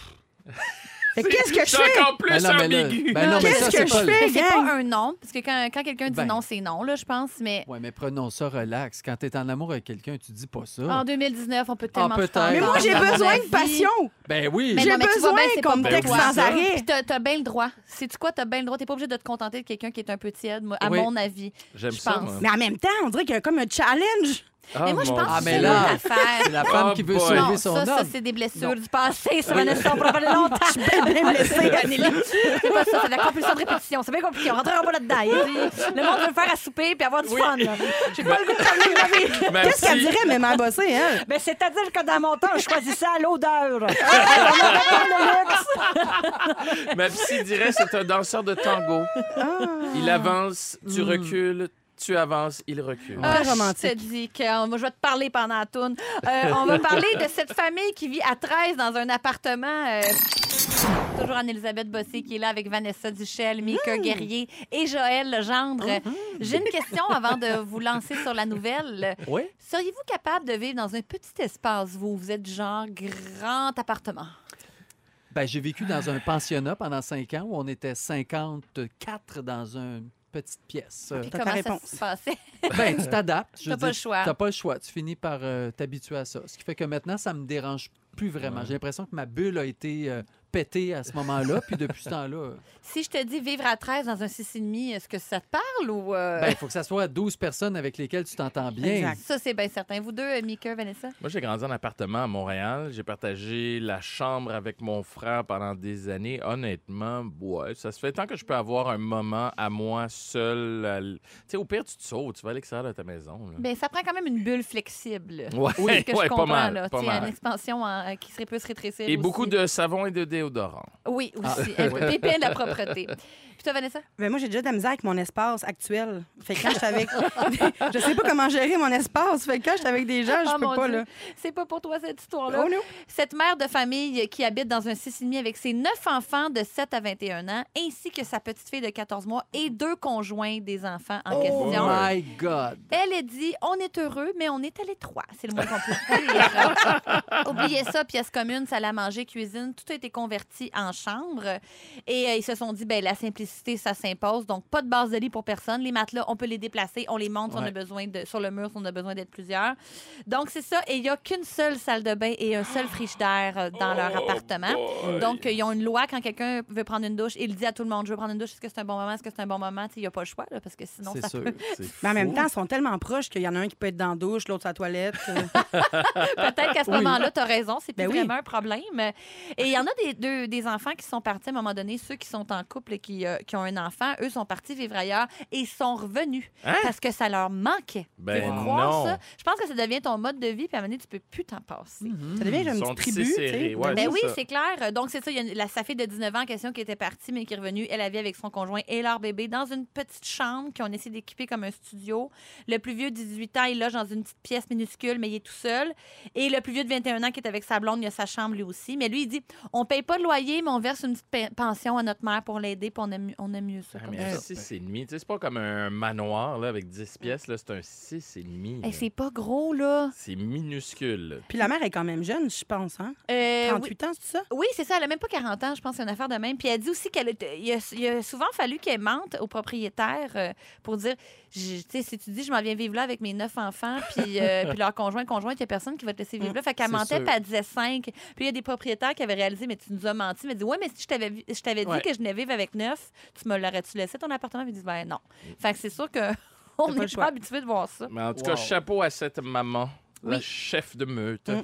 [SPEAKER 5] Fait que qu'est-ce que je
[SPEAKER 4] C'est
[SPEAKER 5] fais?
[SPEAKER 4] encore plus
[SPEAKER 2] Ben non, mais là-
[SPEAKER 4] ambigu.
[SPEAKER 2] ben non, mais
[SPEAKER 5] Qu'est-ce
[SPEAKER 2] ça,
[SPEAKER 5] que
[SPEAKER 2] c'est
[SPEAKER 5] je
[SPEAKER 2] pas le-
[SPEAKER 5] fais,
[SPEAKER 3] Mais C'est
[SPEAKER 5] gang?
[SPEAKER 3] pas un non, parce que quand, quand quelqu'un dit
[SPEAKER 2] Ben.
[SPEAKER 3] non, c'est non, là, je pense, mais
[SPEAKER 2] Ouais, mais prenons ça relax. Quand t'es en amour avec quelqu'un, tu dis pas ça.
[SPEAKER 3] en 2019, on peut tellement
[SPEAKER 2] Ah, peut-être.
[SPEAKER 3] se faire
[SPEAKER 5] Mais moi, j'ai
[SPEAKER 3] entendre, à mon
[SPEAKER 5] besoin de
[SPEAKER 3] avis.
[SPEAKER 5] passion.
[SPEAKER 2] Ben oui.
[SPEAKER 3] Mais
[SPEAKER 5] J'ai
[SPEAKER 3] non, mais tu vois
[SPEAKER 5] besoin
[SPEAKER 3] bien, c'est pas
[SPEAKER 5] qu'on me
[SPEAKER 3] pour
[SPEAKER 4] texte
[SPEAKER 3] toi.
[SPEAKER 4] sans
[SPEAKER 5] arrêt.
[SPEAKER 3] Puis t'as, t'as bien le droit. Sais-tu quoi, t'as bien le droit. T'es pas obligé de te contenter de quelqu'un qui est un peu tiède, moi, à
[SPEAKER 2] Oui.
[SPEAKER 3] mon avis.
[SPEAKER 4] J'aime
[SPEAKER 3] Je
[SPEAKER 4] ça.
[SPEAKER 3] pense.
[SPEAKER 4] moi.
[SPEAKER 5] Mais en même temps, on dirait qu'il y a comme un challenge.
[SPEAKER 4] Ah,
[SPEAKER 3] mais moi, je
[SPEAKER 4] mon
[SPEAKER 3] pense
[SPEAKER 2] Ah,
[SPEAKER 3] que
[SPEAKER 2] mais
[SPEAKER 3] c'est
[SPEAKER 2] là,
[SPEAKER 3] une affaire.
[SPEAKER 2] C'est la femme
[SPEAKER 4] Oh
[SPEAKER 2] qui veut
[SPEAKER 4] boy.
[SPEAKER 2] sauver
[SPEAKER 3] Non,
[SPEAKER 2] son
[SPEAKER 3] ça, ça,
[SPEAKER 2] homme.
[SPEAKER 3] c'est des blessures du passé. Ça va ne sont pas longtemps.
[SPEAKER 5] Même le signe, Anneli.
[SPEAKER 3] C'est pas ça, c'est de la compulsion de répétition. C'est bien compliqué. On rentrera pas là-dedans. Il dit, Le monde veut faire à souper puis avoir du fun. là. J'ai
[SPEAKER 2] Ben,
[SPEAKER 3] pas le goût de terminer ma vie.
[SPEAKER 4] Même
[SPEAKER 5] Qu'est-ce qu'elle
[SPEAKER 4] Ben si-
[SPEAKER 5] dirait, même à bosser, hein?
[SPEAKER 6] Mais Ben, c'est-à-dire que dans mon temps, je choisissais à l'odeur. On n'avait pas le luxe.
[SPEAKER 4] Ma psy dirait c'est un danseur de tango. Il avance, tu
[SPEAKER 2] Hmm.
[SPEAKER 4] recules, tu avances, il recule.
[SPEAKER 5] Ah. Très
[SPEAKER 3] Ah,
[SPEAKER 5] romantique.
[SPEAKER 3] Je te dis que euh, moi, je vais te parler pendant la toune. Euh, on va parler de cette famille qui vit à 13 dans un appartement. euh, Toujours Anne-Elisabeth Bossé qui est là avec Vanessa Duchel, Mika
[SPEAKER 5] Mmh.
[SPEAKER 3] Guerrier et Joël Legendre. J'ai une question avant de vous lancer sur la nouvelle.
[SPEAKER 2] Oui.
[SPEAKER 3] Seriez-vous capable de vivre dans un petit espace, vous? Vous êtes genre grand appartement.
[SPEAKER 5] Euh,
[SPEAKER 2] Ben, j'ai vécu dans un pensionnat pendant cinq ans où on était 54 dans une petite pièce.
[SPEAKER 3] Puis
[SPEAKER 5] T'as ta
[SPEAKER 3] comment
[SPEAKER 5] réponse.
[SPEAKER 3] ça se passait?
[SPEAKER 2] Ben, tu t'adaptes. je
[SPEAKER 3] T'as
[SPEAKER 2] veux
[SPEAKER 3] pas le
[SPEAKER 2] dire,
[SPEAKER 3] choix.
[SPEAKER 2] T'as pas le choix. Tu finis par euh, t'habituer à ça. Ce qui fait que maintenant, ça me dérange plus vraiment. J'ai l'impression que ma bulle a été euh, pétée à ce moment-là. Puis depuis ce temps-là, euh,
[SPEAKER 3] Si je te dis vivre à 13 dans un 6,5, est-ce que ça te parle ou... euh,
[SPEAKER 2] ben, il faut que ça soit 12 personnes avec lesquelles tu t'entends bien.
[SPEAKER 5] Exact.
[SPEAKER 3] Ça, c'est bien certain. Vous deux, euh, Mika, Vanessa?
[SPEAKER 4] Moi, j'ai grandi en appartement à Montréal. J'ai partagé la chambre avec mon frère pendant des années. Honnêtement, ouais, ça se fait tant que je peux avoir un moment à moi seul. à l- Tu sais, au pire, tu te sauves, tu vas à l'extérieur de ta maison. là.
[SPEAKER 3] Ben, ça prend quand même une bulle flexible.
[SPEAKER 4] Ouais,
[SPEAKER 3] C'est ce que
[SPEAKER 4] ouais,
[SPEAKER 3] je
[SPEAKER 4] pas
[SPEAKER 3] comprends,
[SPEAKER 4] mal,
[SPEAKER 3] là.
[SPEAKER 4] pas
[SPEAKER 3] Tu sais,
[SPEAKER 4] mal.
[SPEAKER 3] Une expansion en- euh, qui serait plus rétrécir.
[SPEAKER 4] Et
[SPEAKER 3] aussi.
[SPEAKER 4] beaucoup de Ah. savon et de déodorant.
[SPEAKER 3] Oui, aussi. Un
[SPEAKER 2] oui.
[SPEAKER 3] pépin de la propreté. Puis toi, Vanessa?
[SPEAKER 5] Ben, moi, j'ai déjà de la misère avec mon espace actuel. Fait que quand je suis avec. je sais pas comment gérer mon espace. Fait que quand je suis avec des gens, je
[SPEAKER 3] Ah, mon
[SPEAKER 5] peux pas,
[SPEAKER 3] Dieu.
[SPEAKER 5] là.
[SPEAKER 3] C'est pas pour toi, cette histoire-là.
[SPEAKER 5] Oh non.
[SPEAKER 3] Cette mère de famille qui habite dans un 6,5 avec ses neuf enfants de 7 à 21 ans, ainsi que sa petite fille de 14 mois et deux conjoints des enfants en
[SPEAKER 2] Oh
[SPEAKER 3] question.
[SPEAKER 2] my God!
[SPEAKER 3] Elle est dit on est heureux, mais on est à l'étroit. C'est le mot qu'on peut dire. Oubliez ça, pièce commune, salle à manger, cuisine, tout a été converti en chambre. Et euh, ils se sont dit ben la simplicité, ça s'impose. Donc, pas de base de lit pour personne. Les matelas, on peut les déplacer, on les monte si on
[SPEAKER 2] Ouais.
[SPEAKER 3] a besoin de, sur le mur si on a besoin d'être plusieurs. Donc, c'est ça. Et il n'y a qu'une seule salle de bain et un seul frigidaire euh, dans leur
[SPEAKER 2] Oh,
[SPEAKER 3] appartement. Donc, euh, ils ont une loi quand quelqu'un veut prendre une douche, il dit à tout le monde je veux prendre une douche, est-ce que c'est un bon moment, est-ce que c'est un bon moment Tu sais, Il n'y a pas le choix, là, parce que sinon,
[SPEAKER 2] C'est
[SPEAKER 3] ça
[SPEAKER 2] sûr.
[SPEAKER 3] peut
[SPEAKER 5] Mais en même temps, ils sont tellement proches qu'il y en a un qui peut être dans la douche, l'autre sur la toilette. Euh,
[SPEAKER 3] Peut-être qu'à ce
[SPEAKER 2] Oui.
[SPEAKER 3] moment-là, tu as raison, c'est plus
[SPEAKER 5] Ben oui.
[SPEAKER 3] vraiment un problème. Et il y en a des, deux- des enfants qui sont partis à un moment donné, ceux qui sont en couple et qui, euh, qui ont un enfant, eux sont partis vivre ailleurs et sont revenus
[SPEAKER 4] Hein?
[SPEAKER 3] parce que ça leur manquait.
[SPEAKER 4] Ben
[SPEAKER 3] Faut croire
[SPEAKER 4] non.
[SPEAKER 3] ça. Je pense que ça devient ton mode de vie, puis à un moment donné, tu peux plus t'en passer.
[SPEAKER 5] ça devient
[SPEAKER 4] Ils
[SPEAKER 5] une
[SPEAKER 4] sont
[SPEAKER 5] petite tribu. tu
[SPEAKER 4] serrés,
[SPEAKER 5] sais.
[SPEAKER 4] ouais.
[SPEAKER 3] Ben
[SPEAKER 4] c'est
[SPEAKER 3] oui,
[SPEAKER 4] ça.
[SPEAKER 3] c'est clair. Donc, c'est ça. Il y a une- la, sa fille de 19 ans en question qui était partie, mais qui est revenue. Elle avait avec son conjoint et leur bébé dans une petite chambre qu'on essaie d'équiper comme un studio. Le plus vieux, 18 ans, il loge dans une petite pièce minuscule, mais il est tout seul. Et le plus vieux de 21 ans qui est avec sa blonde, il a sa chambre lui aussi. Mais lui, il dit on paye pas de loyer, mais on verse une petite pe- pension à notre mère pour l'aider, puis on aime, on aime mieux ça.
[SPEAKER 4] Ah,
[SPEAKER 3] comme
[SPEAKER 4] mais
[SPEAKER 3] ça.
[SPEAKER 4] un 6,5, tu sais, c'est pas comme un manoir là, avec 10 pièces, là, c'est un 6,5.
[SPEAKER 3] Hey,
[SPEAKER 4] là.
[SPEAKER 3] c'est pas gros, là.
[SPEAKER 4] C'est minuscule.
[SPEAKER 5] Puis la mère est quand même jeune, je pense. Hein?
[SPEAKER 3] Euh, oui.
[SPEAKER 5] 38 ans, c'est ça?
[SPEAKER 3] Oui, c'est ça. Elle a même pas 40 ans, je pense. C'est une affaire de même. Puis elle dit aussi qu'elle était- il a, il a souvent fallu qu'elle mente au propriétaire euh, pour dire je- Tu sais, si tu dis, je m'en viens vivre là avec mes neuf enfants, puis, euh, puis leur conjoint, conjointe, il n'y a personne qui va te laisser
[SPEAKER 5] Mm,
[SPEAKER 3] vivre là. Fait qu'elle
[SPEAKER 4] c'est
[SPEAKER 3] mentait,
[SPEAKER 4] sûr.
[SPEAKER 3] puis elle disait cinq. Puis il y a des propriétaires qui avaient réalisé Mais tu nous as menti. Mais dit Ouais, mais si je t'avais vi- je t'avais dit
[SPEAKER 4] Ouais.
[SPEAKER 3] que je venais vivre avec neuf, tu me l'aurais-tu laissé ton appartement Puis ils disent Ben non. Fait que c'est sûr que. On
[SPEAKER 5] Mm. le
[SPEAKER 3] n'est
[SPEAKER 5] choix.
[SPEAKER 3] pas habitué de voir ça.
[SPEAKER 4] Mais en tout
[SPEAKER 2] Wow.
[SPEAKER 4] cas, chapeau à cette maman, la
[SPEAKER 3] Oui.
[SPEAKER 4] chef de meute.
[SPEAKER 5] Mm.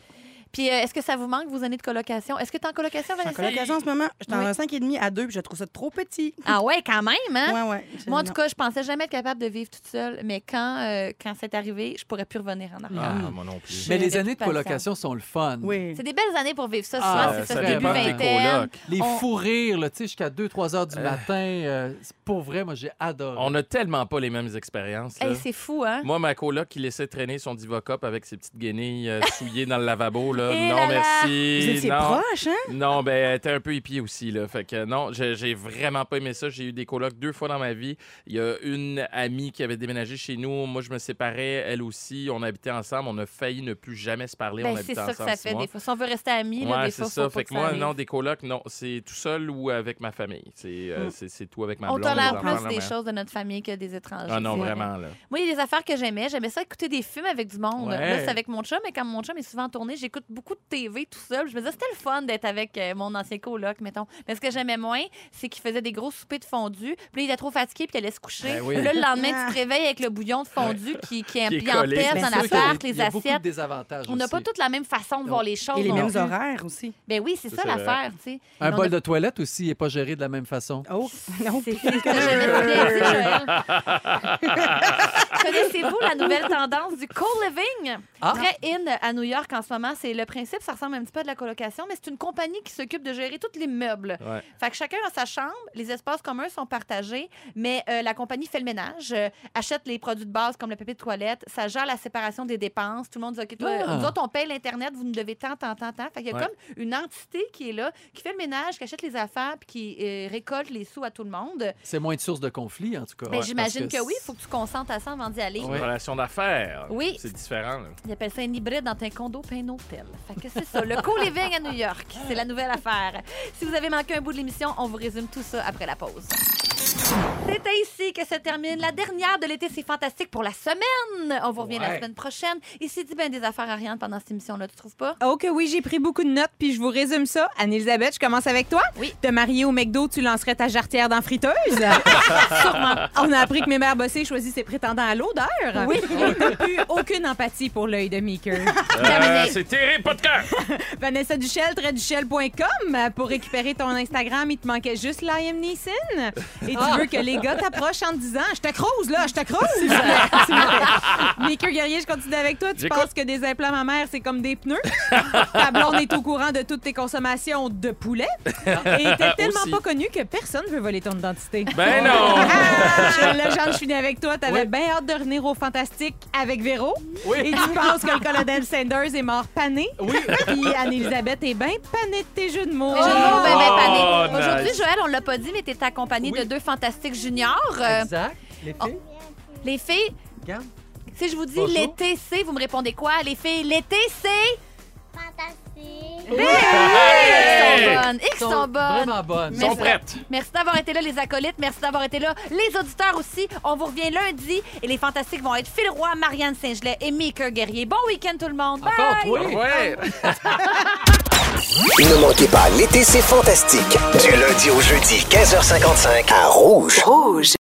[SPEAKER 3] Puis euh, est-ce que ça vous manque, vos années de colocation? Est-ce que t'es en colocation,
[SPEAKER 5] Je suis en
[SPEAKER 3] Vanessa?
[SPEAKER 5] colocation en ce moment. Je suis
[SPEAKER 3] Oui.
[SPEAKER 5] en 5,5 à 2, puis je trouve ça trop petit.
[SPEAKER 3] Ah ouais, quand même, hein?
[SPEAKER 5] Ouais, ouais.
[SPEAKER 3] Moi, en
[SPEAKER 5] Non.
[SPEAKER 3] tout cas, je pensais jamais être capable de vivre toute seule, mais quand, euh, quand c'est arrivé, je pourrais plus revenir en arrière.
[SPEAKER 4] Ah, moi non plus.
[SPEAKER 2] Mais
[SPEAKER 3] Je
[SPEAKER 2] les
[SPEAKER 3] n'étais
[SPEAKER 2] années de
[SPEAKER 3] plus patiente.
[SPEAKER 2] colocation sont le fun.
[SPEAKER 5] Oui.
[SPEAKER 3] C'est des belles années pour vivre ça. Souvent,
[SPEAKER 2] Ah,
[SPEAKER 3] c'est
[SPEAKER 2] ça
[SPEAKER 3] ça, c'est début
[SPEAKER 2] dépend des
[SPEAKER 3] vingtaine.
[SPEAKER 4] colocs.
[SPEAKER 2] Les
[SPEAKER 3] On-
[SPEAKER 2] fous rires, là, tu sais, jusqu'à 2-3 heures du matin. euh, c'est pour vrai, moi, j'ai adoré.
[SPEAKER 4] On n'a tellement pas les mêmes expériences. là.
[SPEAKER 3] Hey, c'est fou, hein?
[SPEAKER 4] Moi, ma coloc qui laissait traîner son Divocop avec ses petites guenilles euh, souillées dans le lavabo, là.
[SPEAKER 3] Eh là
[SPEAKER 4] non,
[SPEAKER 3] là!
[SPEAKER 5] Vous
[SPEAKER 4] merci.
[SPEAKER 5] étiez
[SPEAKER 4] non.
[SPEAKER 5] proche, hein?
[SPEAKER 4] Non, ben, elle était un peu épiée aussi, là. Fait que non, j'ai j'ai vraiment pas aimé ça. J'ai eu des colocs deux fois dans ma vie. Il y a une amie qui avait déménagé chez nous. Moi, je me séparais, elle aussi. On habitait ensemble. On a failli ne plus jamais se parler. on
[SPEAKER 3] Ben, c'est
[SPEAKER 4] habitait
[SPEAKER 3] ça que
[SPEAKER 4] ensemble.
[SPEAKER 3] ça
[SPEAKER 4] six
[SPEAKER 3] fait
[SPEAKER 4] mois.
[SPEAKER 3] des fois. Si on veut rester amis, là,
[SPEAKER 4] Ouais,
[SPEAKER 3] des
[SPEAKER 4] c'est
[SPEAKER 3] fois, faut
[SPEAKER 4] ça.
[SPEAKER 3] pas
[SPEAKER 4] Fait
[SPEAKER 3] que
[SPEAKER 4] que moi,
[SPEAKER 3] arrive.
[SPEAKER 4] non, des colocs, non. C'est tout seul ou avec ma famille. C'est euh,
[SPEAKER 5] Mm.
[SPEAKER 4] c'est- c'est tout avec ma
[SPEAKER 3] On
[SPEAKER 4] blonde.
[SPEAKER 3] tolère
[SPEAKER 4] les enfants,
[SPEAKER 3] plus
[SPEAKER 4] la
[SPEAKER 3] des
[SPEAKER 4] mère.
[SPEAKER 3] choses de notre famille que des étrangers.
[SPEAKER 4] Ah non,
[SPEAKER 3] c'est vrai.
[SPEAKER 4] vraiment, là.
[SPEAKER 3] Moi, il y a des affaires que j'aimais. J'aimais ça écouter des films avec du monde.
[SPEAKER 2] Ouais.
[SPEAKER 3] Là, c'est avec mon chum, mais quand mon chum est souvent en tournée, j'écoute beaucoup de TV tout seul. Je me disais, c'était le fun d'être avec euh, mon ancien coloc, mettons. Mais ce que j'aimais moins, c'est qu'il faisait des gros soupers de fondue. Puis là, il était trop fatigué, puis il allait se coucher.
[SPEAKER 2] Ben oui.
[SPEAKER 3] Puis Là, le lendemain,
[SPEAKER 5] Ah.
[SPEAKER 3] tu te réveilles avec le bouillon de fondue qui, qui,
[SPEAKER 4] Qui est
[SPEAKER 3] qui empeste
[SPEAKER 4] collé.
[SPEAKER 2] C'est
[SPEAKER 3] dans
[SPEAKER 2] sûr qu'il y a-
[SPEAKER 3] l'appart,
[SPEAKER 2] il
[SPEAKER 3] les
[SPEAKER 2] y a beaucoup de
[SPEAKER 3] assiettes.
[SPEAKER 2] désavantages
[SPEAKER 3] On n'a
[SPEAKER 2] aussi.
[SPEAKER 3] pas toutes la même façon de voir les choses.
[SPEAKER 5] Et les
[SPEAKER 3] non
[SPEAKER 5] mêmes
[SPEAKER 3] plus.
[SPEAKER 5] horaires aussi.
[SPEAKER 3] Ben oui, c'est
[SPEAKER 4] Ça,
[SPEAKER 3] ça
[SPEAKER 4] c'est
[SPEAKER 3] l'affaire, tu sais.
[SPEAKER 2] Un
[SPEAKER 3] Mais on
[SPEAKER 2] bol
[SPEAKER 3] a-
[SPEAKER 2] de toilette aussi n'est pas géré de la même façon.
[SPEAKER 5] Oh, non.
[SPEAKER 3] C'est c'est ce que j'aimais
[SPEAKER 4] Euh.
[SPEAKER 3] de Daisy, Joël. Connaissez-vous la nouvelle tendance du co-living?
[SPEAKER 2] Ah.
[SPEAKER 3] Très in à New York en ce moment. C'est le principe, ça ressemble un petit peu à de la colocation, mais c'est une compagnie qui s'occupe de gérer tous les meubles.
[SPEAKER 4] Ouais.
[SPEAKER 3] Fait que chacun a sa chambre, les espaces communs sont partagés, mais euh, la compagnie fait le ménage, euh, achète les produits de base comme le papier de toilette, ça gère la séparation des dépenses. Tout le monde dit OK, toi,
[SPEAKER 2] Ah.
[SPEAKER 3] nous autres, on paye l'Internet, vous nous devez tant, tant, tant, tant. Fait qu'il y a
[SPEAKER 4] Ouais.
[SPEAKER 3] comme une entité qui est là, qui fait le ménage, qui achète les affaires, puis qui euh, récolte les sous à tout le monde.
[SPEAKER 2] C'est moins de source de conflit, en tout cas.
[SPEAKER 3] Ben,
[SPEAKER 2] Ouais,
[SPEAKER 3] J'imagine
[SPEAKER 2] parce
[SPEAKER 3] que, oui, il faut que tu consentes à ça avant d'y aller.
[SPEAKER 4] C'est
[SPEAKER 2] Ouais.
[SPEAKER 4] Une relation d'affaires.
[SPEAKER 3] Oui.
[SPEAKER 4] C'est différent, là.
[SPEAKER 3] Ils appellent ça un hybride dans un condo puis un hôtel. Fait que c'est ça, le co-living à New York. C'est la nouvelle affaire. Si vous avez manqué un bout de l'émission, on vous résume tout ça après la pause. C'était ici que se termine la dernière de l'été. C'est fantastique pour la semaine. On vous revient la
[SPEAKER 2] Ouais.
[SPEAKER 3] semaine prochaine. Il s'est dit bien des affaires Ariane pendant cette émission-là, tu trouves pas?
[SPEAKER 7] Oh que oui, j'ai pris beaucoup de notes, puis je vous résume ça. Anne-Elisabeth, je commence avec toi.
[SPEAKER 3] Oui.
[SPEAKER 7] Te marier au McDo, tu lancerais ta jarretière dans friteuse? Sûrement. On a appris que mes mères bossées choisissent ses prétendants à l'odeur. Oui. T'as plus aucune empathie pour l'œil de Meeker.
[SPEAKER 4] Euh, c'est terrible, pas de cœur!
[SPEAKER 7] Vanessa Duchel, traitduchel.com pour récupérer ton Instagram. Il te manquait juste Liam Neeson. Et tu
[SPEAKER 4] Ah.
[SPEAKER 7] veux que les gars t'approchent en te disant Je te crouse, là, je te crouse. S'il vous plaît, s'il vous plaît. Mickey Guerrier, je continue avec toi. Tu
[SPEAKER 4] J'écoute.
[SPEAKER 7] penses que des implants mammaires, c'est comme des pneus. Ta blonde est au courant de toutes tes consommations de poulet. Et t'es tellement
[SPEAKER 4] Aussi.
[SPEAKER 7] pas connu que personne veut voler ton identité.
[SPEAKER 4] Ben non!
[SPEAKER 7] Ah! Legendre, je finis avec toi. T'avais
[SPEAKER 2] Oui.
[SPEAKER 7] bien hâte de revenir au Fantastique avec Véro.
[SPEAKER 2] Oui.
[SPEAKER 7] Et tu penses que le colonel Sanders est mort pané.
[SPEAKER 2] Oui.
[SPEAKER 7] Puis Anne-Elisabeth est bien panée de tes jeux de mots.
[SPEAKER 3] Mais je ne ben, ben, pané.
[SPEAKER 4] Oh, nice.
[SPEAKER 3] Aujourd'hui, Joël, on l'a pas dit, mais t'es accompagné
[SPEAKER 2] Oui.
[SPEAKER 3] de deux fantastiques juniors. Euh,
[SPEAKER 2] Exact. Les filles,
[SPEAKER 3] les filles,
[SPEAKER 2] regarde.
[SPEAKER 3] si je vous dis
[SPEAKER 2] Bonjour.
[SPEAKER 3] l'été, c'est, vous me répondez quoi? Les filles, l'été, c'est.
[SPEAKER 8] Fantastique.
[SPEAKER 3] Hey!
[SPEAKER 4] Hey!
[SPEAKER 3] Ils sont bonnes. Ils
[SPEAKER 2] Sont
[SPEAKER 3] sont bonnes.
[SPEAKER 2] Vraiment bonnes.
[SPEAKER 4] Ils
[SPEAKER 3] Mais-
[SPEAKER 4] sont prêtes.
[SPEAKER 3] Merci d'avoir été là, les acolytes. Merci d'avoir été là, les auditeurs aussi. On vous revient lundi et les fantastiques vont être Phil Roy, Marianne Saint-Gelais et Mika Guerrier. Bon week-end tout le monde. Bye!
[SPEAKER 2] Encore toi.
[SPEAKER 4] Ouais.
[SPEAKER 1] Ne manquez pas, l'été, c'est fantastique. Du lundi au jeudi, 15h55, à Rouge.